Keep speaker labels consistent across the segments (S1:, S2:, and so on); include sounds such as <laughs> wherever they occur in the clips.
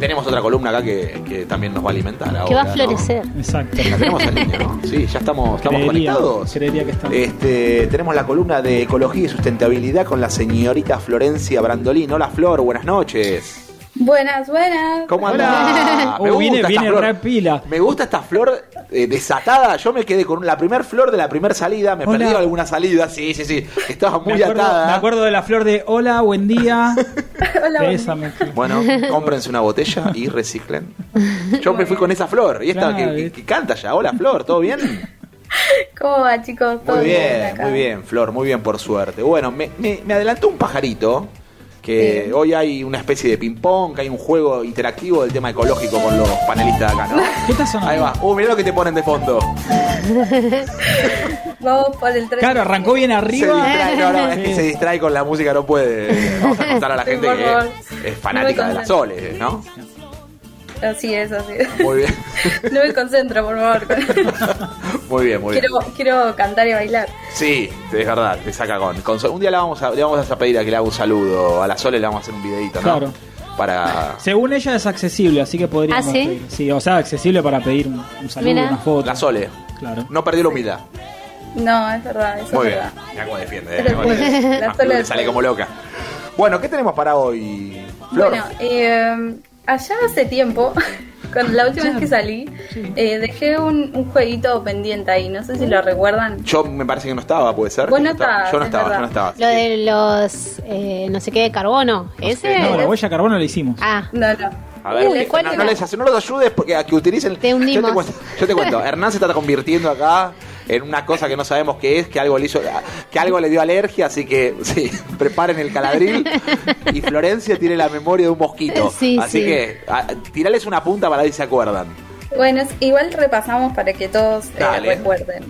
S1: tenemos otra columna acá que, que también nos va a alimentar ahora.
S2: Que va a
S1: ¿no?
S2: florecer.
S3: Exacto.
S1: La tenemos en línea, ¿no? Sí, ya estamos, estamos
S3: Creería-
S1: conectados.
S3: creería que estamos.
S1: Este, tenemos la columna de Ecología y Sustentabilidad con la señorita Florencia Brandolín. Hola, Flor, buenas noches.
S4: Buenas, buenas.
S1: ¿Cómo andás?
S3: <laughs> Oh, viene
S1: esta
S3: viene
S1: flor.
S3: re pila.
S1: Me gusta esta flor eh, desatada. Yo me quedé con la primer flor de la primer salida. Me
S3: Hola.
S1: perdí alguna salida. Sí, sí, sí. Estaba muy
S3: me, acuerdo,
S1: atada. ¿eh?
S3: me acuerdo de la flor de hola,
S1: <laughs>
S3: buen día.
S4: <laughs> Hola,
S3: De
S4: buen
S3: esa
S4: día.
S3: me fui.
S1: Bueno, cómprense una botella y reciclen. Yo me fui con esa flor. Y esta
S3: Claro,
S1: que- que,
S3: ¿viste?
S1: que canta ya. Hola, Flor, ¿todo bien?
S4: ¿Cómo va, chicos? ¿Todo
S1: Muy bien,
S4: acá?
S1: muy bien, Flor, muy bien por suerte. Bueno, me, me- me adelantó un pajarito que hoy hay una especie de ping-pong, que hay un juego interactivo del tema ecológico con los panelistas de acá, ¿no?
S3: ¿Qué está sonando?
S1: Ahí va. Uh, mirá lo que te ponen de fondo.
S4: Vamos por el tren.
S3: Claro, arrancó bien
S1: Se
S3: arriba.
S1: distrae, no, no, es que
S3: Sí.
S1: se distrae con la música, no puede. Vamos a contar a la
S4: Sí,
S1: gente
S4: por favor.
S1: que es fanática de las soles, ¿no?
S4: Así es, así es. <laughs>
S1: Muy bien, <laughs>
S4: No me concentro, por favor.
S1: muy bien, muy bien.
S4: quiero, quiero cantar y bailar.
S1: Sí, es verdad, te saca con. con sol. un día la vamos a, le vamos a pedir a que le haga un saludo. A la Sole le vamos a hacer un videito, ¿no?
S3: Claro.
S1: Para.
S3: Según ella es accesible, así que podríamos
S2: ¿Ah, sí?
S3: pedir. Sí, o sea, accesible para pedir un, un saludo,
S2: Mira.
S3: una foto.
S1: La Sole.
S3: Claro.
S1: No perdió la humildad.
S4: No, es verdad, eso
S1: Muy
S4: es
S1: bien.
S4: verdad.
S1: Mirá cómo defiende. eh.
S4: Pero
S1: Muy bien.
S4: bueno, la
S1: Ah,
S4: Sole-
S1: Sale como loca. Bueno, ¿qué tenemos para hoy, Flor?
S4: Bueno, eh, allá hace tiempo, <laughs> cuando la última vez que salí, eh, dejé un, un jueguito pendiente ahí. No sé si lo recuerdan.
S1: Yo me parece que no estaba, puede ser.
S4: Vos no
S1: Yo estaba- Yo no
S4: estabas, es
S1: estaba, yo
S4: verdad.
S1: no estaba.
S2: Lo de los. eh, no sé qué de carbono. ¿Ese?
S1: qué,
S3: No, la huella de carbono la hicimos.
S2: Eh, Ah,
S4: No, no. Eh,
S1: A ver,
S2: Uy,
S1: que-
S2: ¿cuál
S1: no,
S2: era?
S1: no les hace- no los ayudes porque a que utilicen.
S2: Te hundimos.
S1: Yo te cuento, yo te cuento, Hernán se está convirtiendo acá en una cosa que no sabemos qué es, que algo le hizo, que algo le dio alergia, así que sí, <laughs> preparen el caladril. Y Florencia tiene la memoria de un mosquito.
S2: <laughs> Sí,
S1: así
S2: sí.
S1: que a- tirales una punta para ver si se acuerdan.
S4: Bueno, es- igual repasamos para que todos eh,
S1: Dale.
S4: recuerden.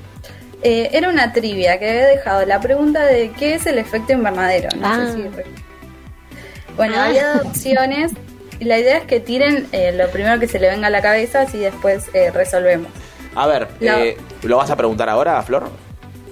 S4: Eh, era una trivia que había dejado la pregunta de qué es el efecto invernadero. No
S2: Ah.
S4: sé si re- Bueno,
S2: Ah.
S4: había dos opciones y la idea es que tiren eh, lo primero que se le venga a la cabeza así después eh, resolvemos.
S1: A ver,
S4: No.
S1: eh, ¿lo vas a preguntar ahora, Flor?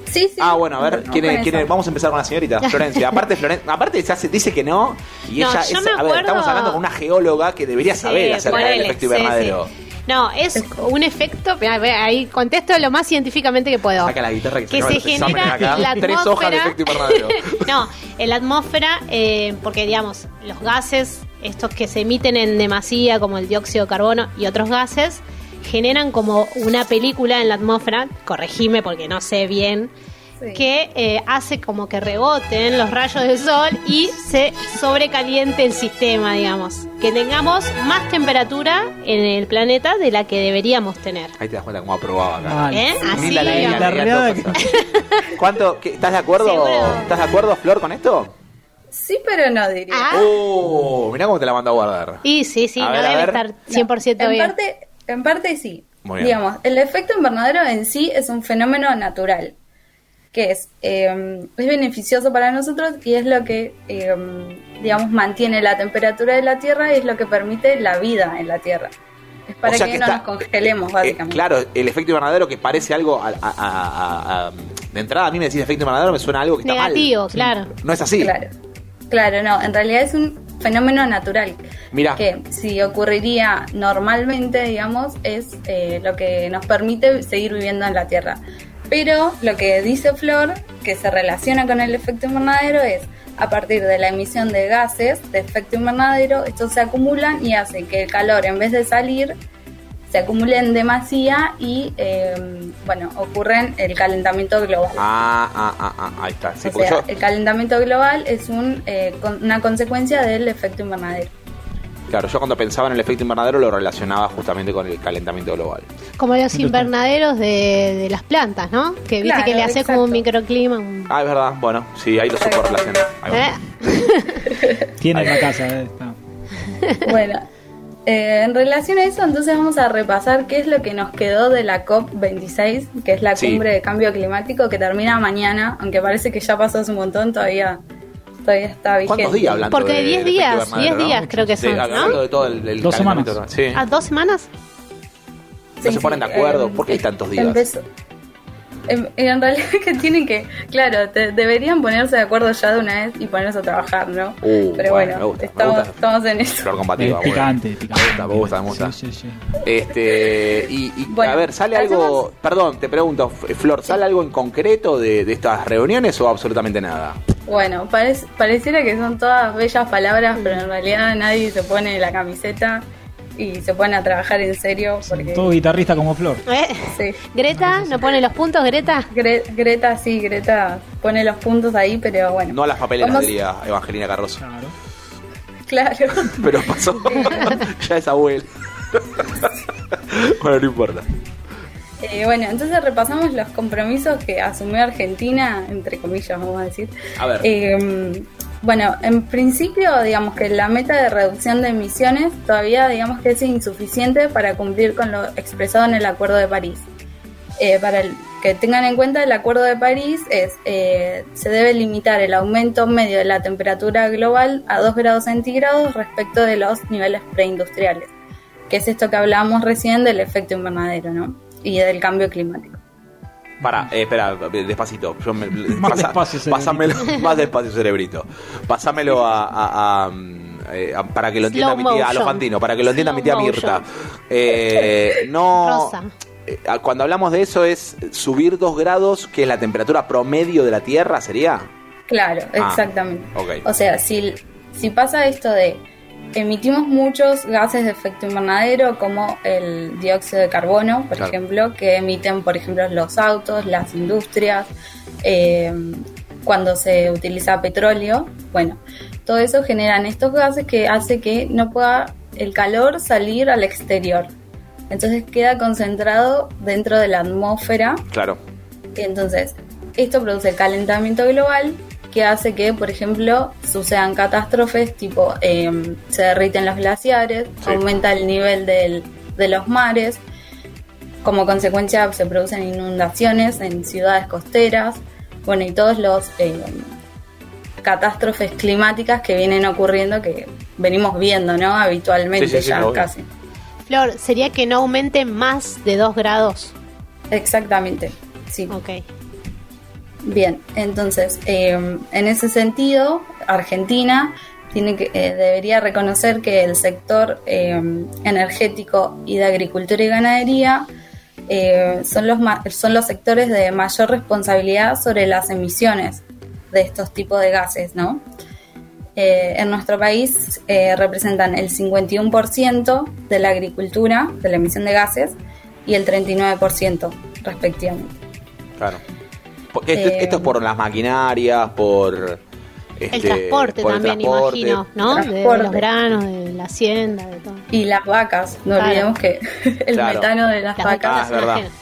S4: Sí, sí.
S1: Ah, bueno, a ver,
S4: No,
S1: ¿quién es-
S4: con
S1: quién
S4: eso.
S1: es? vamos a empezar con la
S2: <laughs>
S1: señorita Florencia. Aparte, Floren- aparte se hace- dice que no, y
S2: No,
S1: ella
S2: yo
S1: es-
S2: me
S1: a ver, estamos
S2: acuerdo-
S1: hablando con una geóloga que debería
S2: Sí,
S1: saber acerca del
S2: eh, ponele,
S1: efecto
S2: sí,
S1: invernadero.
S2: sí. No, es un efecto, mirá, ve, ahí contesto lo más científicamente que puedo.
S1: Saca la guitarra que se
S2: que
S1: acaban
S2: se
S1: los exámenes
S2: genera
S1: acá.
S2: la
S1: <laughs> Tres
S2: atmósfera.
S1: hojas de efecto invernadero.
S2: no, en la atmósfera, eh, porque digamos, los gases, estos que se emiten en demasía, como el dióxido de carbono y otros gases, generan como una película en la atmósfera, corregime porque no sé bien,
S4: Sí.
S2: que eh, hace como que reboten los rayos del sol y se sobrecaliente el sistema, digamos. Que tengamos más temperatura en el planeta de la que deberíamos tener.
S1: Ahí te das cuenta cómo aprobaba acá.
S3: Ah,
S2: ¿Eh?
S1: Ni
S2: Así,
S1: la ley,
S3: la
S2: digamos.
S1: ley, a
S3: reada
S1: todo pasar. ¿Cuánto? qué- ¿Estás de acuerdo?
S2: Seguro.
S1: ¿Estás de acuerdo, Flor, con esto?
S4: Sí, pero no diría.
S2: Ah,
S1: Oh, mirá cómo te la mando a guardar.
S2: Y sí, sí,
S1: A
S2: no
S1: ver, a
S2: debe
S1: ver.
S2: estar
S4: No,
S2: 100%
S4: en
S2: bien.
S4: Parte, en parte sí.
S1: Muy bien.
S4: Digamos, el efecto invernadero en sí es un fenómeno natural, que es, eh, es beneficioso para nosotros y es lo que, eh, digamos, mantiene la temperatura de la Tierra y es lo que permite la vida en la Tierra. Es para
S1: O sea
S4: que,
S1: que
S4: no
S1: está-
S4: nos congelemos,
S1: Eh,
S4: básicamente.
S1: claro, el efecto invernadero que parece algo. a- a- a- a- a- de entrada, a mí me decís efecto invernadero, me suena a algo que está
S2: Negativo,
S1: mal.
S2: claro.
S1: No es así.
S4: Claro. Claro, no, en realidad es un fenómeno natural.
S1: Mirá.
S4: Que si ocurriría normalmente, digamos, es eh, lo que nos permite seguir viviendo en la Tierra. Pero lo que dice Flor, que se relaciona con el efecto invernadero, es a partir de la emisión de gases de efecto invernadero, estos se acumulan y hacen que el calor, en vez de salir, se acumule en demasía y, eh, bueno, ocurren el calentamiento global.
S1: Ah, ah, ah, ah, ahí está. Sí,
S4: O
S1: porque
S4: sea,
S1: yo-
S4: el calentamiento global es un, eh, con- una consecuencia del efecto invernadero.
S1: claro, yo cuando pensaba en el efecto invernadero lo relacionaba justamente con el calentamiento global.
S2: Como los invernaderos de, de las plantas, ¿no? Que viste
S4: Claro,
S2: que le hace como un
S4: exacto.
S2: microclima. un-
S1: Ah, es verdad. Bueno, sí, ahí lo supo relacionar. Ahí va.
S2: ¿Eh?
S3: Tiene
S1: Ahí.
S3: la casa. eh, está.
S4: bueno, eh, en relación a eso, entonces vamos a repasar qué es lo que nos quedó de la COP26, que es la
S1: Sí.
S4: cumbre de cambio climático que termina mañana, aunque parece que ya pasó hace un montón, todavía, todavía está vigente.
S1: ¿Cuántos días hablando?
S2: Porque
S1: de-
S2: 10
S1: de
S2: días,
S1: efecto invernadero,
S2: 10 días creo que
S1: Sí,
S2: son,
S1: hablando
S2: ¿no?
S1: de todo el, el
S3: Dos
S1: calentamiento
S3: semanas.
S1: global. Sí.
S2: ¿A dos semanas?
S1: no se ponen de acuerdo. ¿Por qué hay tantos días?
S4: empezó- en, em, en realidad <laughs> que tienen que, claro, te- deberían ponerse de acuerdo ya de una vez y ponerse a trabajar, ¿no?
S1: Uh,
S4: Ah.
S1: bueno,
S4: Pero bueno,
S1: me gusta, me
S4: estamos,
S1: gusta.
S4: estamos en eso.
S1: Flor combativa.
S3: Eh,
S1: muy bien.
S3: picante, picante.
S1: Me gusta, me gusta, me gusta.
S3: Sí, sí, sí.
S1: Este, y, y,
S4: Bueno,
S1: a ver, ¿sale algo?
S4: hacemos-
S1: Perdón, te pregunto, F- Flor, ¿sale algo en concreto de, de estas reuniones o absolutamente nada?
S4: Bueno, parec- pareciera que son todas bellas palabras, pero en realidad nadie se pone la camiseta y se pone a trabajar en serio porque...
S3: Todo guitarrista como Flor.
S2: ¿Eh?
S4: Sí.
S2: Greta, ¿no pone los puntos, Greta?
S4: Gre- Greta, sí, Greta pone los puntos ahí, pero bueno.
S1: No a las papeleras,
S4: Vamos-
S1: diría Evangelina Carroza.
S3: Claro.
S4: Claro.
S1: <laughs> Pero pasó. <laughs> ya es abuela. <laughs> bueno, no importa.
S4: Eh, bueno, entonces repasamos los compromisos que asumió Argentina, entre comillas, vamos a decir.
S1: A ver.
S4: Eh, bueno, en principio, digamos que la meta de reducción de emisiones todavía, digamos que es insuficiente para cumplir con lo expresado en el Acuerdo de París. Eh, para el- que tengan en cuenta, el Acuerdo de París es eh, se debe limitar el aumento medio de la temperatura global a 2 grados centígrados respecto de los niveles preindustriales, que es esto que hablábamos recién del efecto invernadero, ¿no? Y del cambio climático.
S1: Pará, eh, espera, despacito. Yo me-
S3: <laughs> Más despacio, cerebrito.
S1: pásamelo, <laughs> más despacio, cerebrito. Pásamelo a, a- a, mm, eh, a- para que lo entienda
S2: Slow
S1: mi tía, a
S2: motion.
S1: los Fantino, para que lo entienda mi tía
S2: Slow
S1: Mirta.
S2: motion.
S1: Eh, no.
S2: Rosa.
S1: eh, ah, Cuando hablamos de eso es subir dos grados, que es la temperatura promedio de la Tierra, ¿sería?
S4: Claro,
S1: Ah,
S4: exactamente.
S1: ok.
S4: O sea, si, si pasa esto de emitimos muchos gases de efecto invernadero como el dióxido de carbono, por
S1: Claro.
S4: ejemplo, que emiten, por ejemplo, los autos, las industrias, eh, cuando se utiliza petróleo, bueno, todo eso generan estos gases que hace que no pueda el calor salir al exterior. Entonces queda concentrado dentro de la atmósfera
S1: Claro.
S4: entonces, esto produce calentamiento global que hace que, por ejemplo, sucedan catástrofes tipo eh, se derriten los glaciares,
S1: Sí.
S4: aumenta el nivel del- de los mares, como consecuencia se producen inundaciones en ciudades costeras, bueno, y todos los eh, catástrofes climáticas que vienen ocurriendo, que venimos viendo, ¿no? Habitualmente
S1: Sí, sí, sí,
S4: ya
S1: obvio.
S4: casi.
S2: Flor, sería que no aumente más de 2 grados.
S4: Exactamente, sí.
S2: Ok.
S4: Bien, entonces, eh, en ese sentido, Argentina tiene que, eh, debería reconocer que el sector eh, energético y de agricultura y ganadería eh, son, los ma- son los sectores de mayor responsabilidad sobre las emisiones de estos tipos de gases, ¿no? Eh, en nuestro país eh, representan el 51% de la agricultura, de la emisión de gases, y el 39% respectivamente.
S1: Claro. Porque esto,
S4: Eh,
S1: esto es por las maquinarias, por.
S2: El
S1: este,
S2: transporte
S1: por el
S2: también,
S1: transporte.
S2: imagino, ¿no? De- De,
S4: Transporte.
S2: los granos, de la hacienda, de todo.
S4: Y las vacas, no
S2: Claro.
S4: olvidemos que <laughs> el
S1: Claro.
S4: metano de las,
S2: Las
S1: Ah,
S4: vacas.
S1: es verdad.
S2: ajenas.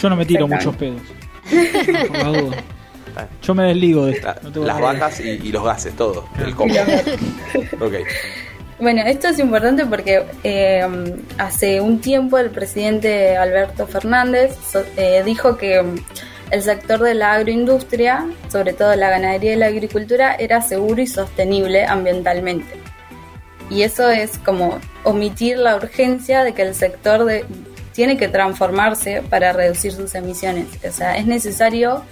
S3: Yo no me tiro
S4: Exacto.
S3: muchos pedos. Por las dudas. Yo me desligo de esto.
S1: La-
S3: no tengo
S1: las
S3: problema.
S1: vacas y, y los gases, todo.
S3: <laughs>
S1: El
S4: Y
S1: combo.
S4: las-
S1: Ok.
S4: Bueno, esto es importante porque eh, hace un tiempo el presidente Alberto Fernández so- eh, dijo que mm, el sector de la agroindustria, sobre todo la ganadería y la agricultura, era seguro y sostenible ambientalmente. Y eso es como omitir la urgencia de que el sector de- tiene que transformarse para reducir sus emisiones. O sea, es necesario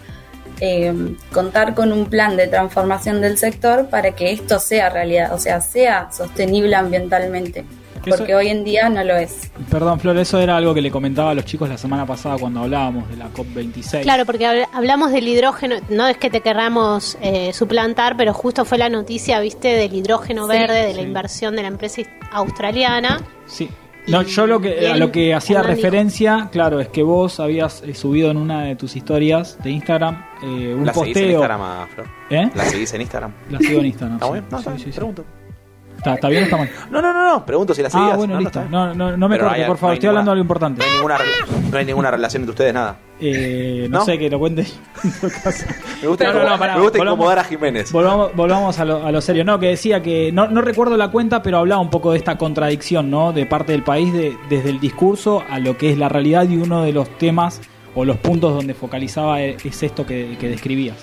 S4: eh, contar con un plan de transformación del sector para que esto sea realidad, o sea, sea sostenible ambientalmente,
S3: Eso-
S4: porque hoy en día no lo es.
S3: Perdón, Flor, eso era algo que le comentaba a los chicos la semana pasada cuando hablábamos de la COP26.
S2: Claro, porque habl- hablamos del hidrógeno, no es que te querramos eh, suplantar, pero justo fue la noticia, viste, del hidrógeno
S4: Sí.
S2: verde, de la
S3: Sí.
S2: inversión de la empresa australiana.
S3: Sí. No, yo lo
S2: Y
S3: que,
S2: él-
S3: a lo que hacía
S2: Hernán dijo.
S3: referencia, claro, es que vos habías eh, subido en una de tus historias de Instagram eh, un
S1: ¿La seguís en
S3: posteo.
S1: Instagram, ah, Flor?
S3: ¿Eh?
S1: ¿La seguís en Instagram?
S3: La sigo en Instagram.
S1: ¿Está
S3: sí.
S1: bien? No,
S3: Sí,
S1: está bien,
S3: sí, sí.
S1: pregunto.
S3: ¿Está, está bien o está mal?
S1: No, no, no, no, pregunto si la seguías.
S3: Ah, bueno,
S1: no, está
S3: listo.
S1: bien.
S3: No, no, no me
S1: Pero
S3: cortes,
S1: hay-
S3: por favor,
S1: no hay
S3: estoy hablando de algo
S1: ninguna-
S3: importante.
S1: <laughs> No hay, ninguna, re- no hay ninguna relación entre ustedes, nada.
S3: Eh, no,
S1: ¿No?
S3: sé, que <laughs> lo cuentes. en todo caso.
S1: Me gusta,
S3: No, no,
S1: incomodar-
S3: no, pará,
S1: me gusta
S3: volvamos.
S1: incomodar a Jiménez.
S3: Volvamos, volvamos a, lo, a lo serio. No, que decía que no, no recuerdo la cuenta, pero hablaba un poco de esta contradicción, ¿no? De parte del país, de- desde el discurso a lo que es la realidad y uno de los temas o los puntos donde focalizaba e- es esto que, que describías.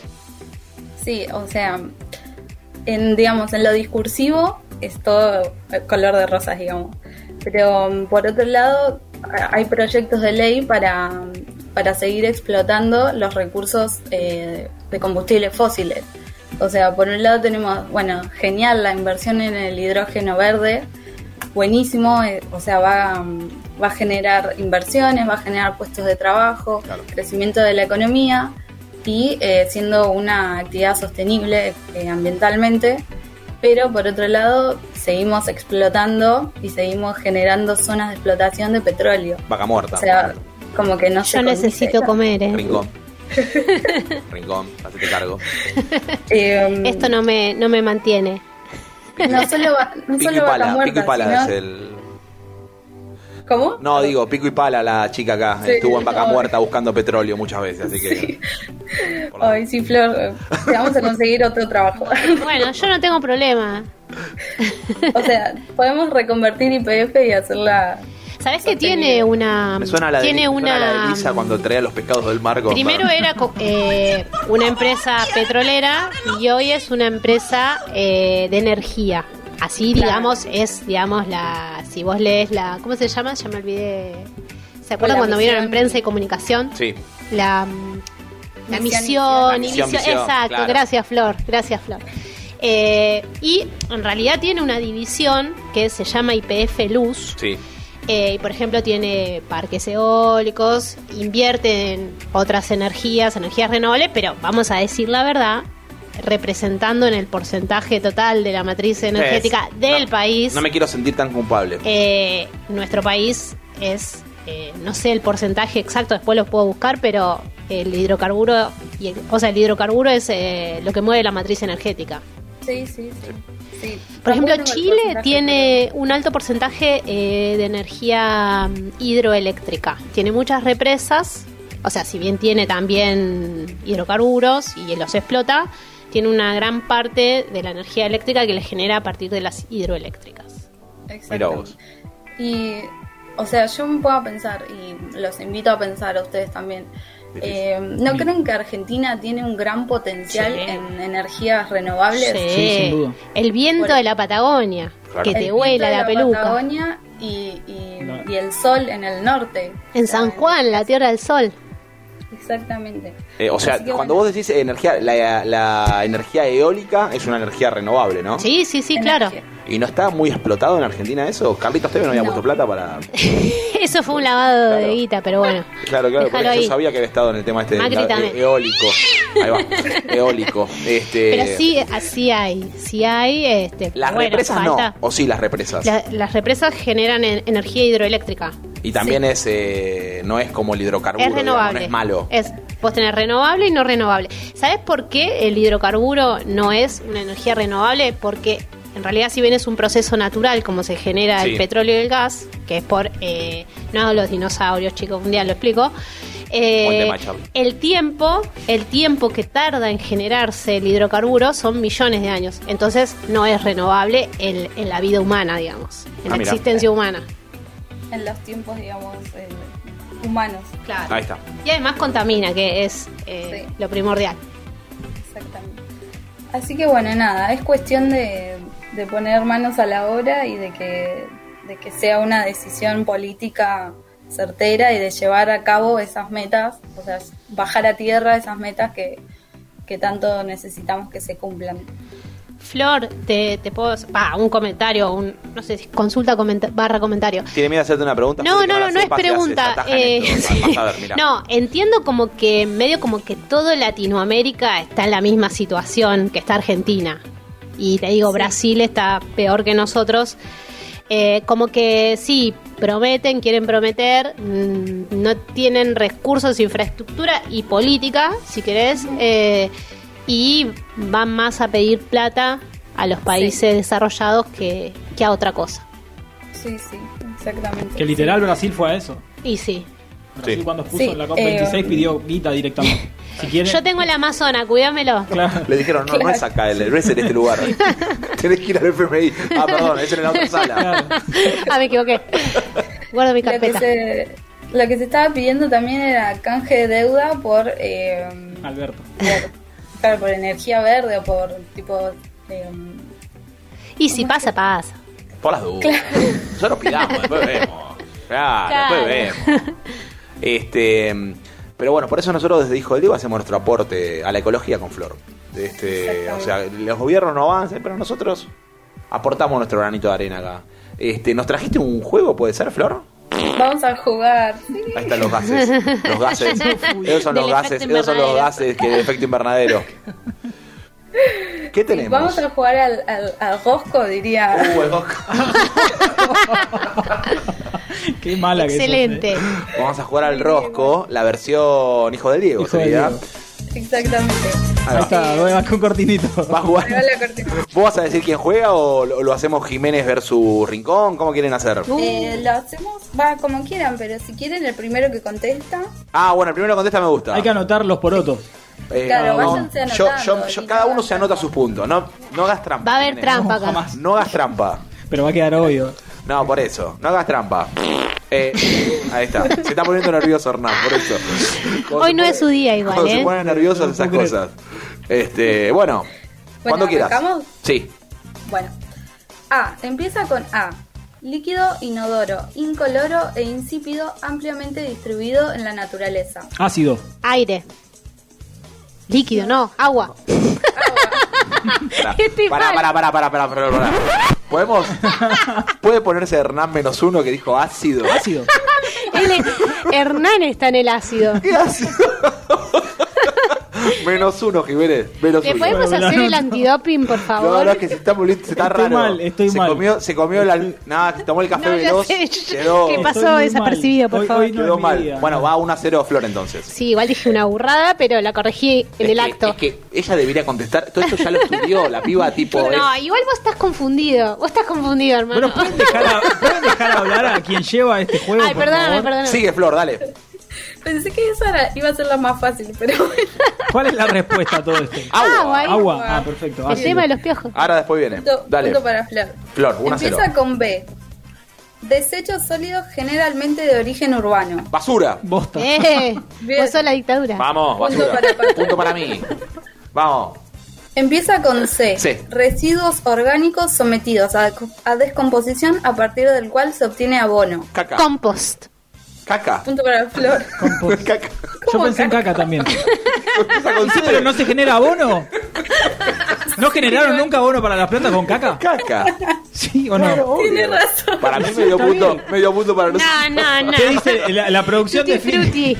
S4: Sí, o sea, en, digamos, en lo discursivo es todo eh, color de rosas, um, digamos. Pero mm, por otro lado, a- hay proyectos de ley para mm, para seguir explotando los recursos eh, de combustibles fósiles. O sea, por un lado tenemos, bueno, genial la inversión en el hidrógeno verde, buenísimo, eh, o sea, va, mm, va a generar inversiones, va a generar puestos de trabajo,
S1: Claro.
S4: crecimiento de la economía y eh, siendo una actividad sostenible eh, ambientalmente, pero por otro lado seguimos explotando y seguimos generando zonas de explotación de petróleo.
S1: Vaca muerta.
S4: O sea, como que no se
S2: Yo
S4: condice
S2: necesito
S4: eso.
S2: comer, ¿eh?
S4: <laughs>
S1: Rincón. Rincón, hacete cargo.
S4: Eh,
S2: Esto no me, no me
S4: <laughs>
S2: mantiene.
S4: no solo, va,
S1: Pico
S4: no
S1: y
S4: solo vaca
S1: pala,
S4: muerta,
S1: pico y pala es
S4: sino-
S1: el.
S4: ¿Cómo?
S1: No, digo, pico y pala la chica acá.
S4: Sí,
S1: estuvo en vaca
S4: no.
S1: muerta buscando petróleo muchas veces, así que. por la-
S4: Ay, sí, Flor, eh, te vamos a conseguir otro trabajo. <laughs>
S2: Bueno, yo no tengo problema.
S4: o sea, podemos reconvertir IPF y hacerla.
S2: ¿Sabés que tiene una.
S1: Me suena a la de,
S2: tiene
S1: me suena
S2: una.
S1: a la de Elisa cuando traía los pescados del mar. con-
S2: Primero era co- eh, una empresa petrolera y hoy es una empresa eh, de energía. Así,
S4: Claro.
S2: digamos, es, digamos, la. Si vos lees la. ¿Cómo se llama? Ya me olvidé. ¿Se acuerdan
S4: La
S2: cuando
S4: misión.
S2: vieron en prensa y comunicación?
S1: Sí,
S2: La, mm, la
S4: Misión,
S2: misión, y
S1: misión.
S2: misión.
S1: Misión,
S2: Exacto,
S1: claro.
S2: gracias, Flor. Gracias, Flor. Eh, y en realidad tiene una división que se llama IPF Luz.
S1: sí.
S2: Eh, y, por ejemplo, tiene parques eólicos, invierte en otras energías, energías renovables, pero vamos a decir la verdad, representando en el porcentaje total de la matriz energética
S1: Es-
S2: del
S1: no,
S2: país,
S1: No me quiero sentir tan culpable.
S2: eh, nuestro país es, eh, no sé el porcentaje exacto, después lo puedo buscar, pero el hidrocarburo, y el- o sea, el hidrocarburo es eh, lo que mueve la matriz energética.
S4: Sí, sí, sí. sí.
S2: Por ejemplo,
S4: Tampoco tengo el
S2: Chile
S4: porcentaje,
S2: tiene un alto porcentaje eh, de energía mm, hidroeléctrica. Tiene muchas represas, o sea, si bien tiene también hidrocarburos y los explota, tiene una gran parte de la energía eléctrica que le genera a partir de las hidroeléctricas.
S4: pero- Exacto.
S1: Mira vos.
S4: Y, o sea, yo me puedo pensar, y los invito a pensar a ustedes también. eh, ¿No
S3: Sí.
S4: creen que Argentina tiene un gran potencial
S2: Sí.
S4: en energías renovables?
S3: Sí, sin duda.
S2: El viento
S4: Bueno.
S2: de la Patagonia,
S1: Claro.
S2: que
S1: El
S2: te
S4: viento
S2: vuela
S4: de
S2: la, peluca.
S4: Patagonia y, y-
S3: No.
S4: y el sol en el norte.
S2: En San Juan, la Tierra del Sol.
S4: Exactamente.
S1: Eh, o sea,
S4: Así que
S1: cuando
S4: bueno.
S1: vos decís energía, la, la energía eólica es una energía renovable, ¿no?
S2: Sí, sí, sí, claro. <laughs>
S4: Energía.
S1: ¿Y no está muy explotado en Argentina eso? Carlitos Tevez no había
S4: No.
S1: puesto plata para.
S2: Eso fue un lavado de
S1: Claro.
S2: guita, pero bueno.
S1: Claro, claro,
S2: Déjalo
S1: porque yo
S2: ahí.
S1: sabía que había estado en el tema este de
S2: Macri
S1: la-
S2: también.
S1: e- eólico. Ahí
S2: <laughs>
S1: va, eólico. Este,
S2: Pero sí, así hay, sí hay. Este,
S1: Las
S2: bueno,
S1: represas
S2: falta-
S1: no, o sí las represas.
S2: La- las represas generan en- energía hidroeléctrica.
S1: y también es eh, no es como el hidrocarburo,
S2: es
S1: digamos,
S2: renovable.
S1: no es malo.
S2: Es, vos tenés renovable y no renovable. ¿Sabés por qué el hidrocarburo no es una energía renovable? Porque en realidad si bien es un proceso natural como se genera
S1: Sí.
S2: el petróleo y el gas, que es por, eh, no los dinosaurios, chicos, un día lo explico. Eh,
S1: Ponte macho.
S2: el tiempo, el tiempo que tarda en generarse el hidrocarburo son millones de años. Entonces no es renovable en, en la vida humana, digamos, en
S1: Ah,
S2: la
S1: mira.
S2: existencia humana.
S4: En los tiempos, digamos, eh, humanos.
S2: Claro.
S1: Ahí está.
S2: Y además contamina, que es eh,
S4: Sí.
S2: lo primordial.
S4: Exactamente. Así que bueno, nada, es cuestión de, de poner manos a la obra y de que, de que sea una decisión política certera y de llevar a cabo esas metas, o sea, bajar a tierra esas metas que, que tanto necesitamos que se cumplan.
S2: Flor, te, te puedo... Pa, un comentario, un, no sé si consulta comenta- barra comentario.
S1: Tiene miedo a hacerte una pregunta.
S2: No,
S1: Fede, que
S2: no,
S1: ahora
S2: no, no es
S1: sepas qué haces,
S2: pregunta.
S1: atajan esto.
S2: eh,
S1: Vas a ver, mirá.
S2: no, entiendo como que medio como que todo Latinoamérica está en la misma situación que está Argentina. Y te digo,
S4: Sí.
S2: Brasil está peor que nosotros. Eh, como que sí, prometen, quieren prometer, mm, no tienen recursos, infraestructura y política, si querés, eh, y van más a pedir plata a los países desarrollados que, que a otra cosa.
S4: Sí, sí, exactamente.
S3: Que literal Brasil fue a eso.
S2: Y sí,
S3: Brasil
S1: Sí.
S3: cuando puso
S4: Sí,
S3: en la COP26
S4: eh,
S3: pidió guita directamente. Si quieren,
S2: Yo tengo el Amazonas, cuídamelo.
S3: Claro.
S1: Le dijeron, no, no es acá, el, no es en este lugar. <laughs> Tenés que ir al FMI. Ah, perdón, es en la otra sala.
S3: claro.
S2: ah, me equivoqué. Guardo mi
S4: Lo que,
S2: carpeta.
S4: se, lo que se estaba pidiendo también era canje de deuda por... eh,
S3: Alberto.
S4: por- claro, por energía verde o por tipo... eh,
S2: Y si pasa, pasa.
S1: Por las dudas. Nosotros pidamos, después vemos. Claro,
S2: Claro.
S1: después vemos. Este. Pero bueno, por eso nosotros desde Hijo del Diego hacemos nuestro aporte a la ecología con Flor. Este, o sea, los gobiernos no avanzan, pero nosotros aportamos nuestro granito de arena acá. Este, ¿Nos trajiste un juego, puede ser, Flor?
S4: Vamos a jugar.
S1: Ahí están los gases.
S2: <laughs>
S1: Los gases. Esos son los
S2: Del
S1: gases,
S2: efecto
S1: esos son los
S2: invernadero.
S1: gases que de efecto invernadero. ¿Qué tenemos?
S4: Vamos a jugar al, al, al rosco, diría.
S1: <laughs> Uh, el Goku.
S3: Qué mala que sos,
S2: Excelente.
S3: eh.
S1: Vamos a jugar al rosco, la versión hijo del Diego
S3: Hijo del
S1: sería.
S3: Diego.
S4: Exactamente.
S1: Ahí va.
S3: Ahí está, voy a- con cortinito.
S1: Va a
S4: Ahí va
S1: jugar.
S4: la cortina.
S1: ¿Vos vas a decir quién juega o lo, lo hacemos Jiménez versus Rincón? ¿Cómo quieren hacer?
S2: Uh.
S4: Eh, lo hacemos, va como quieran, pero si quieren, el primero que contesta.
S1: Ah, bueno, el primero que contesta me gusta.
S3: Hay que anotar los porotos.
S1: Eh, no,
S4: Claro, váyanse
S1: yo-
S4: anotando,
S1: yo- yo-
S4: y
S1: cada
S4: no
S1: uno se
S4: hagan
S1: anota
S4: trampa.
S1: sus puntos. No, no hagas trampa.
S2: Va a haber
S1: Jiménez.
S2: trampa acá.
S3: Jamás.
S1: No hagas trampa.
S3: Pero va a quedar obvio.
S1: No, por eso. No hagas trampa. Eh, ahí está. Se está poniendo nervioso Hernán, por eso.
S2: Hoy no
S1: se
S2: es su día igual,
S1: cuando
S2: ¿eh?
S1: se ponen nerviosos esas
S3: puedo
S1: cosas. Este, bueno, cuando quieras.
S4: ¿arrancamos?
S2: <laughs>
S1: Sí.
S4: Bueno, A. Empieza con A. Líquido inodoro, incoloro e insípido ampliamente distribuido en la naturaleza.
S3: Ácido.
S2: Aire. Líquido, no, agua.
S4: Ah,
S2: Este
S1: Pará,
S2: mal.
S1: pará, pará, pará, pará, pará, pará. ¿Podemos? ¿Puede ponerse Hernán menos uno que dijo ácido?
S3: Ácido.
S2: Él es- Hernán está en el ácido.
S1: ¿Qué ácido? <laughs> menos uno, Jiménez. Menos
S2: ¿Le
S1: uno.
S2: podemos
S3: Bueno,
S2: hacer
S3: no,
S2: el
S3: no.
S2: antidoping, por
S1: No,
S2: favor?
S1: no, es que se está, poli- se está
S3: Estoy
S1: raro.
S3: mal, estoy
S1: se
S3: mal.
S1: Comió, se comió la. Nada, se tomó el café
S2: No, ya
S1: veloz.
S2: sé, yo-
S1: quedó
S2: ¿qué pasó
S3: Estoy muy
S2: desapercibido,
S3: mal.
S2: por
S3: Hoy-
S2: favor.
S3: hoy no es
S1: quedó
S3: mi
S1: mal.
S3: día.
S1: Bueno, va 1 a 0 Flor entonces.
S2: Sí, igual dije una burrada, pero la corregí en
S1: Es
S2: el
S1: que-
S2: acto.
S1: Es que ella debería contestar. Todo esto ya lo estudió la
S2: <laughs>
S1: piba, tipo.
S2: No,
S1: es-
S2: igual vos estás confundido. Vos estás confundido, hermano.
S3: Bueno, ¿pueden dejar, a- pueden dejar hablar a quien lleva este juego?
S2: Ay,
S3: por
S2: perdóname,
S3: favor?
S2: perdóname.
S1: Sigue, Flor, dale.
S4: <laughs> Pensé que esa era- iba a ser la más fácil, pero <laughs> bueno.
S3: ¿Cuál es la respuesta a todo esto?
S1: Agua.
S2: Agua, ahí.
S3: Agua. Ah, perfecto.
S2: El
S3: ácido.
S2: tema de los piojos.
S1: Ahora después viene.
S4: Punto,
S1: Em, Dale.
S4: punto para Flor.
S1: Flor, 1 a 0.
S4: Empieza con B. Desechos sólidos generalmente de origen urbano.
S1: Basura.
S3: Bosta.
S2: Eh,
S4: Bien.
S2: vos sos la dictadura.
S1: Vamos,
S4: Punto
S1: basura.
S4: para Flor.
S1: Punto para mí. Vamos.
S4: Empieza con C.
S1: C.
S4: Residuos orgánicos sometidos a, a descomposición a partir del cual se obtiene abono.
S1: Caca.
S2: Compost.
S1: Caca.
S4: Punto para Flor. <laughs>
S3: Compost.
S1: <laughs> Caca.
S3: Yo pensé en caca también.
S1: Empieza con
S3: Sí,
S1: C.
S3: pero no se genera abono. ¿No generaron nunca abono para las plantas con caca?
S1: Caca.
S3: Sí o no.
S4: Tiene razón.
S1: Para mí medio punto, medio punto para nosotros.
S2: No, no, no.
S3: ¿Qué dice la, la producción
S2: Tutti
S3: de
S2: frutti.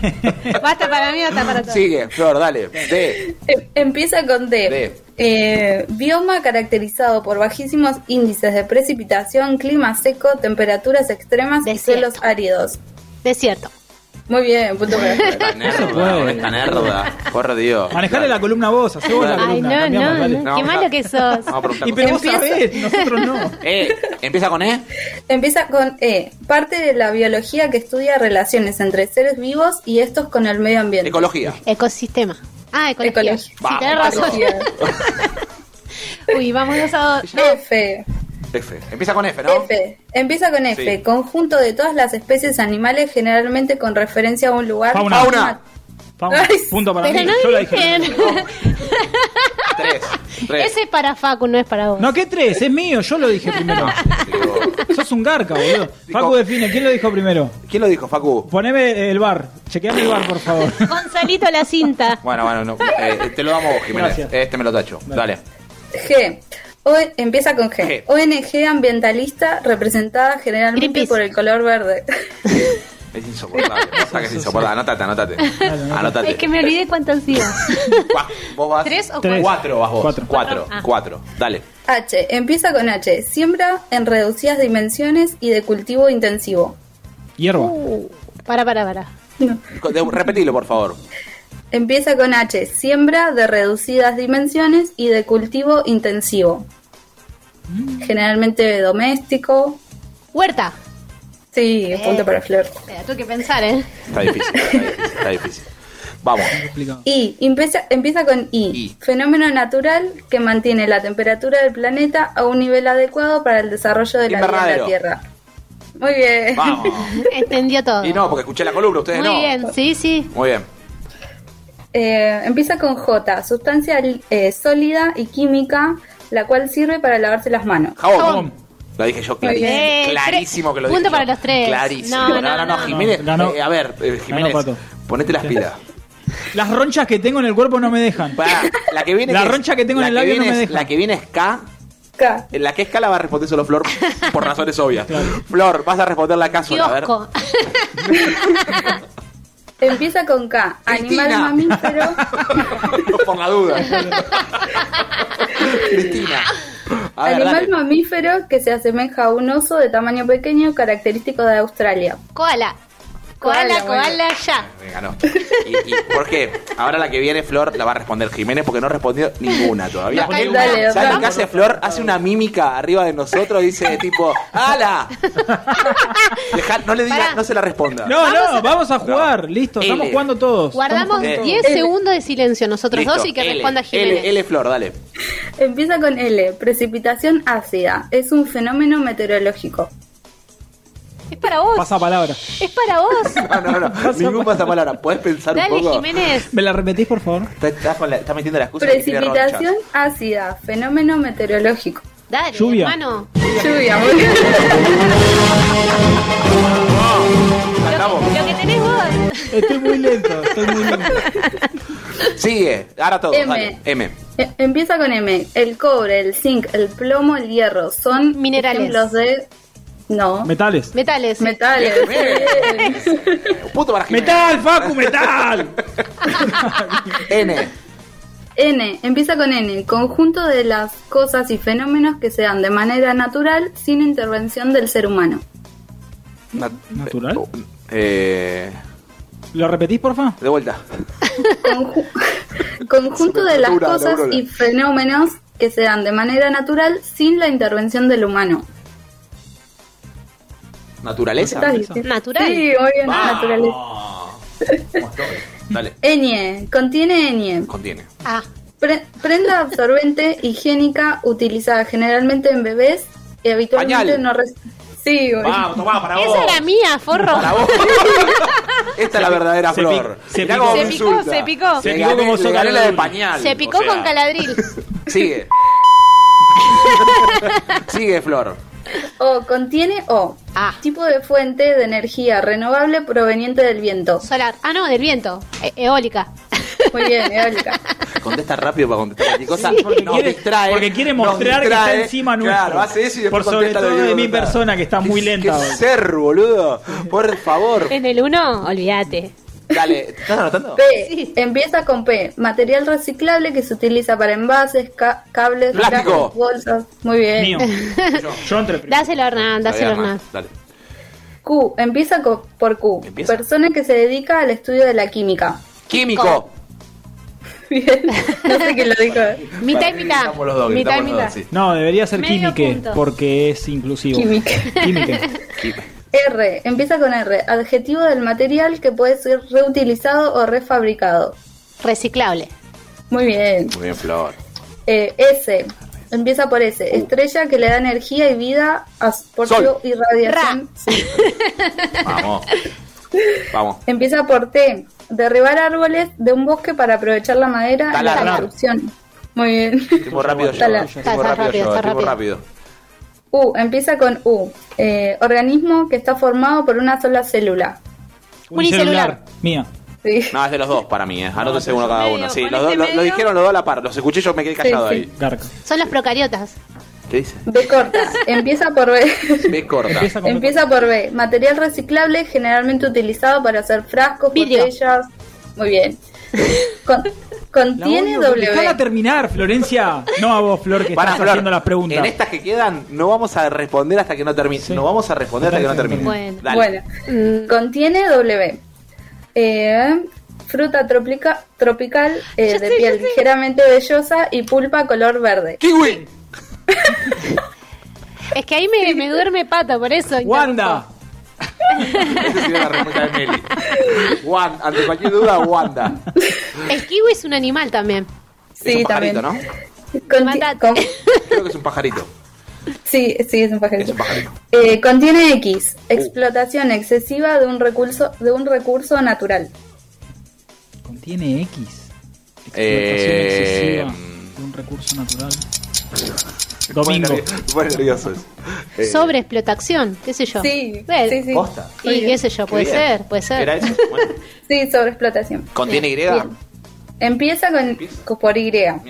S2: Basta para mí, basta para todos.
S1: Sigue, Flor, dale. D.
S4: Em- Empieza con D.
S1: D.
S4: Eh, bioma caracterizado por bajísimos índices de precipitación, clima seco, temperaturas extremas y
S2: Desierto.
S4: suelos áridos.
S2: Desierto.
S4: Muy bien, punto
S1: <laughs>
S4: para Flor.
S1: Esta nerda,
S3: puede.
S1: esta nerda. Por Dios.
S3: <laughs> Manejale la columna vos, hacé vos la
S2: Ay,
S3: columna.
S2: no,
S3: cambiamos,
S2: no,
S3: dale.
S2: no. Qué
S1: Vamos a-
S2: malo que
S3: Ah,
S2: sos.
S1: Vamos a preguntar
S3: Y pero vos
S4: Empieza.
S3: sabés, nosotros
S2: <laughs>
S3: no.
S1: Eh, empieza con E.
S4: Empieza con E. Parte de la biología que estudia relaciones entre seres vivos y estos con el medio ambiente.
S1: Ecología.
S2: Ecosistema. Ah, ecología.
S4: Ecología.
S2: Sí,
S1: Vamos,
S2: tenés razón.
S4: Ecología.
S2: <laughs>
S4: <laughs>
S2: Uy, vamos dos a dos.
S4: F.
S1: F. Empieza con F, ¿no?
S4: F. Empieza con F.
S1: Sí.
S4: Conjunto de todas las especies animales generalmente con referencia a un lugar.
S3: Fauna.
S1: Fauna.
S3: Vamos,
S4: Ay,
S3: punto para
S2: Pero
S3: mí.
S2: no
S3: Yo la dije.
S2: dicen.
S1: Tres. Tres.
S2: Ese es para Facu, no es para vos.
S3: No, ¿qué tres? Es mío, yo lo dije primero.
S1: Digo,
S3: Sos un garca, boludo. Facu define, ¿quién lo dijo primero?
S1: ¿Quién lo dijo, Facu?
S3: Poneme el bar, chequeame el bar, por favor.
S2: Gonzalito la
S3: <laughs>
S2: cinta.
S1: Bueno, bueno, no, eh, te lo damos vos, Jiménez.
S3: Gracias.
S1: Este me lo tacho. Dale.
S4: G. O- empieza con
S1: G.
S4: G. ONG ambientalista representada generalmente
S2: Greenpeace.
S4: por el color verde.
S1: Es insoportable. Pasa que es insoportable. Anotate, anotate.
S3: anótate.
S1: Anotate.
S2: Es que me olvidé cuántas iba.
S1: Va, Vos vas.
S2: ¿Tres o
S3: Tres.
S2: cuatro?
S1: Cuatro vas vos.
S3: Cuatro.
S1: Cuatro.
S2: Ah.
S1: Cuatro. Dale.
S4: H. Empieza con H. Siembra en reducidas dimensiones y de cultivo intensivo.
S3: <laughs> Hierba.
S2: Uh, para, para, para.
S1: De- Repetilo, por favor.
S4: Empieza con H. Siembra de reducidas dimensiones y de cultivo intensivo.
S1: Mm.
S4: Generalmente doméstico.
S2: Huerta.
S4: Sí,
S1: Eh.
S4: punto para Flor.
S2: Espera, tuve que pensar, ¿eh?
S1: Está difícil. Está difícil. está difícil. Vamos.
S3: Complicado.
S4: I. Empieza, empieza con I.
S1: I.
S4: Fenómeno natural que mantiene la temperatura del planeta a un nivel adecuado para el desarrollo de la vida en la
S1: Invernadero.
S4: Tierra. Muy bien.
S1: Vamos.
S2: <laughs> Entendió todo.
S1: Y no, porque escuché la columna, ustedes
S2: Muy
S1: no.
S2: bien, sí, sí.
S1: Muy bien.
S4: <laughs> Eh, empieza con J. Sustancia eh, sólida y química, la cual sirve para lavarse las manos.
S1: Jabón.
S3: Jabón.
S1: Lo dije yo clarísimo,
S2: bien.
S1: clarísimo que lo
S2: Punto
S1: dije. yo.
S2: para los tres.
S1: Clarísimo.
S2: No, no, no, no.
S1: Jiménez.
S3: No, ganó.
S1: eh, a ver, eh, Jiménez.
S3: Ganó Pato.
S1: Ponete las pilas.
S3: Las ronchas que tengo en el cuerpo no me dejan. <laughs>
S1: Pará, la que viene
S3: La
S1: es-
S3: roncha que tengo en el labio no
S1: viene
S3: me
S1: es-
S3: deja.
S1: La que viene es K.
S4: K.
S1: En la que es K la va a responder solo
S2: <laughs>
S1: Flor por razones obvias. Flor, vas a responderla acá sola, a ver.
S2: Kiosco.
S4: Empieza con K. Animal
S1: Cristina.
S4: mamífero.
S1: <laughs> <laughs> por la
S2: <laughs>
S1: duda. Cristina. A ver,
S4: animal
S1: dale.
S4: mamífero que se asemeja a un oso de tamaño pequeño característico de Australia.
S2: Koala.
S4: Koala,
S2: Koala,
S4: bueno.
S2: koala, ya.
S1: Me ganó. ¿Y, y por qué? Ahora la que viene Flor la va a responder Jiménez porque no respondió ninguna todavía.
S2: Dale,
S4: dale,
S1: ¿Sabes lo
S4: dale.
S1: que hace Flor? Hace una mímica arriba de nosotros y dice tipo, ¡Hala! Dejá- no le diga,
S2: Pará.
S1: no se la responda.
S3: No,
S2: Vamos
S3: no, Eh,
S2: a-
S3: vamos a jugar.
S1: No.
S3: Listo,
S1: L.
S3: estamos jugando todos.
S2: Guardamos
S1: juntos.
S2: 10
S4: L.
S2: segundos de silencio nosotros
S1: Listo,
S2: dos y que
S1: L,
S2: responda Jiménez.
S1: L, L Flor, dale.
S4: Empieza con L. Precipitación ácida. Es un fenómeno meteorológico.
S2: Es para vos.
S3: Pasa palabra.
S2: Es para
S1: <laughs>
S2: vos.
S1: No, no,
S3: <laughs>
S1: no. Ningún pasapalabra. ¿Puedes pensar un
S2: Dale,
S1: poco?
S2: Jiménez.
S3: ¿Me la repetís, por favor?
S1: Está, está con la- está metiendo la excusa de que tiene
S4: Precipitación
S1: ronchas.
S4: ácida. Fenómeno meteorológico.
S2: Dale,
S3: Lluvia.
S2: hermano.
S4: Lluvia, muy
S1: <laughs>
S4: bien.
S2: Lo
S1: Saltamos.
S2: que, lo que tenés vos.
S3: Estoy muy lento, estoy muy lento.
S1: Sigue. Ahora todo.
S4: M.
S1: dale. M.
S4: E- Empieza con M. El cobre, el zinc, el plomo, el hierro. Son
S2: Minerales.
S4: ejemplos de. No.
S3: Metales.
S2: Metales.
S4: Metales. <laughs>
S1: Punto para Jiménez.
S3: <laughs> ¡Metal, Facu, metal!
S1: N.
S4: N. Empieza con N. Conjunto de las cosas y fenómenos que se dan de manera natural sin intervención del ser humano.
S1: Nat-
S3: ¿Natural?
S1: Eh,
S3: ¿Lo repetís, porfa?
S1: de vuelta.
S4: Conju- <laughs> conjunto de las
S1: Dura,
S4: cosas
S1: dura.
S4: y fenómenos que se dan de manera natural sin la intervención del humano.
S1: ¿Naturaleza?
S4: Está difícil.
S2: Natural.
S4: Sí, muy bien,
S3: Ah.
S1: Vamos.
S4: naturaleza.
S1: Dale.
S4: Ñ, contiene Ñ.
S1: Contiene.
S2: Ah,
S4: Pre- prenda absorbente higiénica utilizada generalmente en bebés y habitualmente
S1: Pañal.
S4: no res- Sí, güey.
S1: tomá, para
S2: esa era mía, forro.
S1: Para vos. Esta es la verdadera
S3: se
S1: flor.
S3: pic- se
S1: Mirá
S3: picó.
S1: cómo me
S2: Se picó,
S1: insulta.
S2: se picó.
S3: Se
S1: Le
S3: picó
S1: gané-
S3: como
S1: le
S3: Zócalo
S1: gané la de
S3: Dulce.
S1: pañal.
S2: Se
S1: o
S2: picó
S1: sea. <laughs>
S2: con caladril.
S1: Sigue. Sigue, Flor.
S4: O contiene O.
S2: Ah.
S4: Tipo de fuente de energía renovable proveniente del viento.
S2: Solar. Ah, no, del viento. E- eólica. <laughs>
S4: Muy bien, eólica.
S1: Contesta rápido para contestar cualquier cosa.
S3: Porque
S1: Nos
S3: quiere-
S1: distrae,
S3: Porque quiere
S1: nos
S3: mostrar que
S1: distrae.
S3: está encima nuestro.
S1: Claro, hace eso y después
S3: Por sobre
S1: contesta lo
S3: todo
S1: que
S3: de mi
S1: preguntar.
S3: persona, que está muy
S1: Qué-
S3: lenta
S1: Qué
S3: hoy.
S1: ser, boludo. Por
S2: <laughs>
S1: favor.
S2: En el uno, olvídate.
S1: Dale, ¿estás
S2: <laughs>
S1: anotando?
S4: P. Empieza con P. Material reciclable que se utiliza para envases, ca- cables,
S1: Plástico.
S4: grafos, bolsas. Muy
S2: Eh.
S4: bien.
S3: Mío. Yo entre primero.
S2: Dáselo a Hernán, dáselo a
S1: Todavía
S2: Hernán.
S1: más. Dale.
S4: Q. Empieza co- por Q.
S1: Empieza.
S4: Persona que se dedica al estudio de la química.
S1: Químico.
S4: Bien. No sé quién lo dijo.
S1: Para
S2: Mitad y
S1: mí
S2: mitad.
S1: gritamos los dos,
S2: mitad y
S1: gritamos los
S2: mitad.
S1: dos, sí.
S3: No, debería ser
S2: Medio
S3: químique,
S2: punto.
S3: porque es inclusivo.
S4: Química.
S3: Química.
S4: R. Empieza con R. Adjetivo del material que puede ser reutilizado o refabricado.
S2: Reciclable.
S4: Muy bien.
S1: Muy bien, Flor.
S4: Eh, S. Empieza por S. Estrella que le da energía y vida a s- por
S1: Uh. Sol.
S4: su irradiación.
S1: Vamos. Vamos.
S4: Empieza por T. Derribar árboles de un bosque para aprovechar la madera en la
S1: Taladrar.
S4: construcción. Muy bien. <laughs>
S1: Tipo rápido yo.
S4: Dale.
S1: Tipo rápido yo. Tipo rápido.
S4: U. Empieza con U. Eh, organismo que está formado por una sola célula.
S2: Unicelular.
S3: Mía.
S4: Sí.
S1: No, es de los dos para mí, ¿eh? Anótese uno cada
S2: medio,
S1: uno. Sí,
S2: ponete
S1: los dos, lo, lo
S2: medio.
S1: dijeron los dos a la par. Los escuché, yo me quedé callado
S4: Sí,
S1: ahí.
S4: sí.
S3: Garca.
S2: Son los procariotas.
S1: ¿Qué dice? <laughs>
S4: B corta. Empieza por B. <laughs>
S1: Me corta.
S3: Empieza con
S4: Empieza por B. Material reciclable generalmente utilizado para hacer frascos,
S2: Vidrio.
S4: botellas. Muy
S1: <laughs>
S4: bien. Con- contiene W.
S3: a terminar, Florencia. No a vos, Flor, que
S1: Pará,
S3: estás
S1: Flor,
S3: haciendo las preguntas.
S1: En estas que quedan, no vamos a responder hasta que no termine.
S3: Sí.
S1: No vamos a responder hasta que no termine.
S2: Bueno.
S1: Dale.
S4: Bueno, mm, contiene W. Eh, fruta tropica- tropical eh,
S2: Ya
S4: de
S2: sé,
S4: piel
S2: ya sé.
S4: ligeramente vellosa y pulpa color verde.
S1: ¡Kiwi!
S2: Es que ahí me, me duerme pata, por eso.
S3: Wanda.
S1: Esa sería la respuesta de Meli. Juan, ante cualquier duda, Wanda.
S2: El kiwi es un animal también.
S1: es
S4: Sí,
S1: un pajarito,
S4: también.
S1: ¿no?
S4: Conti-
S2: Matate.
S4: con-
S1: Creo que es un pajarito.
S4: sí, sí, es un
S1: Es
S4: pajarito.
S1: un pajarito. Uh.
S4: Eh, contiene X, explotación excesiva de un recurso de un recurso natural.
S3: Contiene X. Explotación
S1: Eh, em.
S3: excesiva de un recurso natural. Domingo.
S1: Fue nervioso. Eh,
S2: Sobre explotación, qué sé yo.
S4: Sí,
S2: Bueno,
S4: sí, sí.
S1: posta.
S2: Y qué sé yo,
S1: Qué
S2: puede
S1: bien.
S2: ser, puede ser.
S1: Era eso. Bueno,
S4: Sí, sobre explotación.
S2: <laughs>
S1: ¿Contiene Y?
S4: Bien. Empieza con
S1: Empieza.
S4: por Y.
S1: Mierda.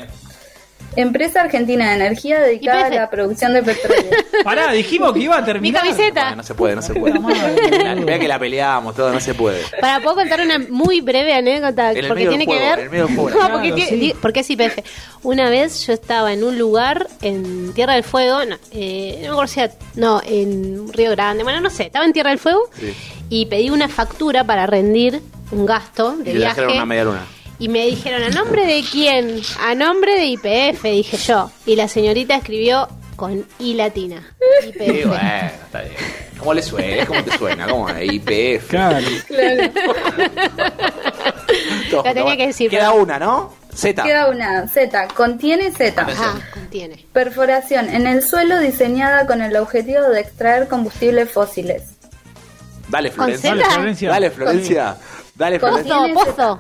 S4: Empresa Argentina de Energía
S2: Y
S4: dedicada a
S2: Pepe.
S4: la producción de petróleo.
S2: <laughs>
S3: Pará, dijimos que iba a
S2: Mi
S3: terminar.
S2: camiseta.
S1: Bueno, no se puede, no se puede. <laughs>
S3: madre.
S1: Vea que la peleamos, todo, no se puede.
S2: Para puedo contar una muy breve anécdota,
S1: En el
S2: porque
S1: medio del
S2: tiene
S1: juego,
S2: que ver.
S1: en el medio del
S2: <laughs> no,
S1: juego.
S2: porque,
S3: Claro,
S2: tiene-
S3: sí.
S2: di- porque es IPF. Una vez yo estaba en un lugar en Tierra del Fuego, no, eh, no me acuerdo si era- no, en Río Grande, bueno, no sé, estaba en Tierra del Fuego
S1: Sí.
S2: y pedí una factura para rendir un gasto
S1: Y
S2: de
S1: le
S2: viaje.
S1: dejaron una media luna.
S2: Y me dijeron, ¿a nombre de quién? A nombre de IPF, dije yo. Y la señorita escribió con I latina.
S1: Y
S2: YPF.
S1: bueno, está bien. ¿Cómo le suena? ¿Cómo te suena? ¿Cómo?
S2: <laughs>
S1: IPF.
S3: Claro.
S4: Claro.
S1: Todo
S2: Lo tenía
S1: junto.
S2: que decir,
S1: Queda
S2: pero-
S1: una, ¿no? Z.
S4: Queda una Z. Contiene Z.
S2: Ah, contiene.
S4: Perforación en el suelo diseñada con el objetivo de extraer combustibles fósiles.
S1: Dale, Florencia.
S2: Z?
S3: Dale, Florencia.
S1: Dale, Florencia. Dale,
S4: Con
S1: Florencia.
S2: Pozo, pozo.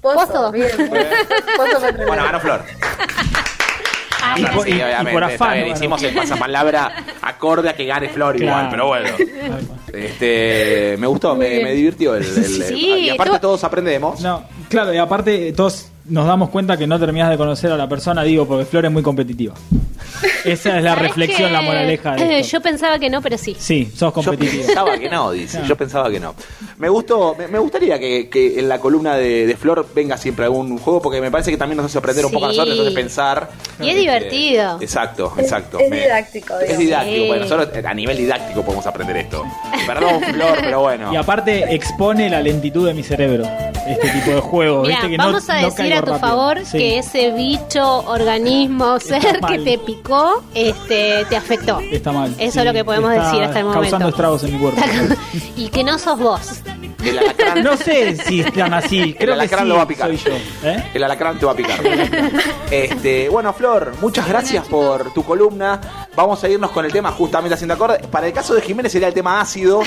S4: Pozo.
S2: Pozo.
S4: bien.
S1: <laughs>
S4: Pozo petrolero.
S1: Bueno, ganó Flor.
S2: Ah,
S3: Y
S1: Ahora
S3: por-
S1: sí,
S3: y- y por
S1: obviamente, está
S3: afán,
S1: bien,
S3: bueno.
S1: Hicimos el pasapalabra acorde a que gane Flor igual,
S3: Claro.
S1: pero bueno. Este, me gustó, me, me divirtió el, el- el-
S2: Sí,
S1: y aparte
S2: tú-
S1: todos aprendemos.
S3: No, claro, y aparte eh, todos nos damos cuenta que no terminas de conocer a la persona, digo, porque Flor es muy competitiva. Esa es la
S2: ¿Sabés
S3: reflexión,
S2: que,
S3: la moraleja
S2: eh, <clears throat>
S3: de esto.
S2: Yo pensaba que no, pero sí.
S3: Sí, sos
S1: Yo
S3: competitiva.
S1: pensaba que no, dice.
S3: Claro.
S1: Yo pensaba que no. Me gustó, me, me gustaría que, que en la columna de, de Flor venga siempre algún juego, porque me parece que también nos hace aprender un poco a
S2: Sí.
S1: nosotros, nos hace pensar.
S2: Y es
S1: Este,
S2: divertido.
S1: Exacto,
S4: Es-
S1: exacto.
S4: es didáctico,
S1: Es
S4: digamos.
S1: didáctico,
S2: Sí.
S1: bueno, nosotros eh, a nivel didáctico podemos aprender esto. Perdón, Flor, pero bueno.
S3: Y aparte expone la lentitud de mi cerebro, este tipo de juego.
S2: Mira,
S3: ¿viste? Que no-
S2: vamos a
S3: no
S2: decir
S3: caigo
S2: a tu
S3: rápido.
S2: favor
S3: Sí.
S2: que ese bicho, organismo, ser que
S3: mal.
S2: te picó, este, te afectó.
S3: Está mal.
S2: Eso
S3: sí.
S2: es lo que podemos
S3: Está
S2: decir hasta el momento.
S3: Causando estragos en mi cuerpo.
S2: <laughs> y que no sos vos.
S1: El
S3: <laughs>
S1: alacrán,
S3: No sé si están así. Creo que
S1: alacrán
S3: sí,
S1: lo va a picar.
S3: soy yo. ¿Eh?
S1: el alacrán te va a
S3: <laughs>
S1: picar. Este, bueno, Flor, muchas gracias por tu columna. Vamos a irnos con el tema justamente haciendo acorde. Para el caso de Jiménez sería el tema
S3: <laughs>
S1: ácido.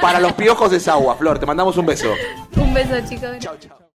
S1: Para los piojos es agua, Flor. Te mandamos un beso.
S4: Un beso, chicos.
S1: Chao, chao.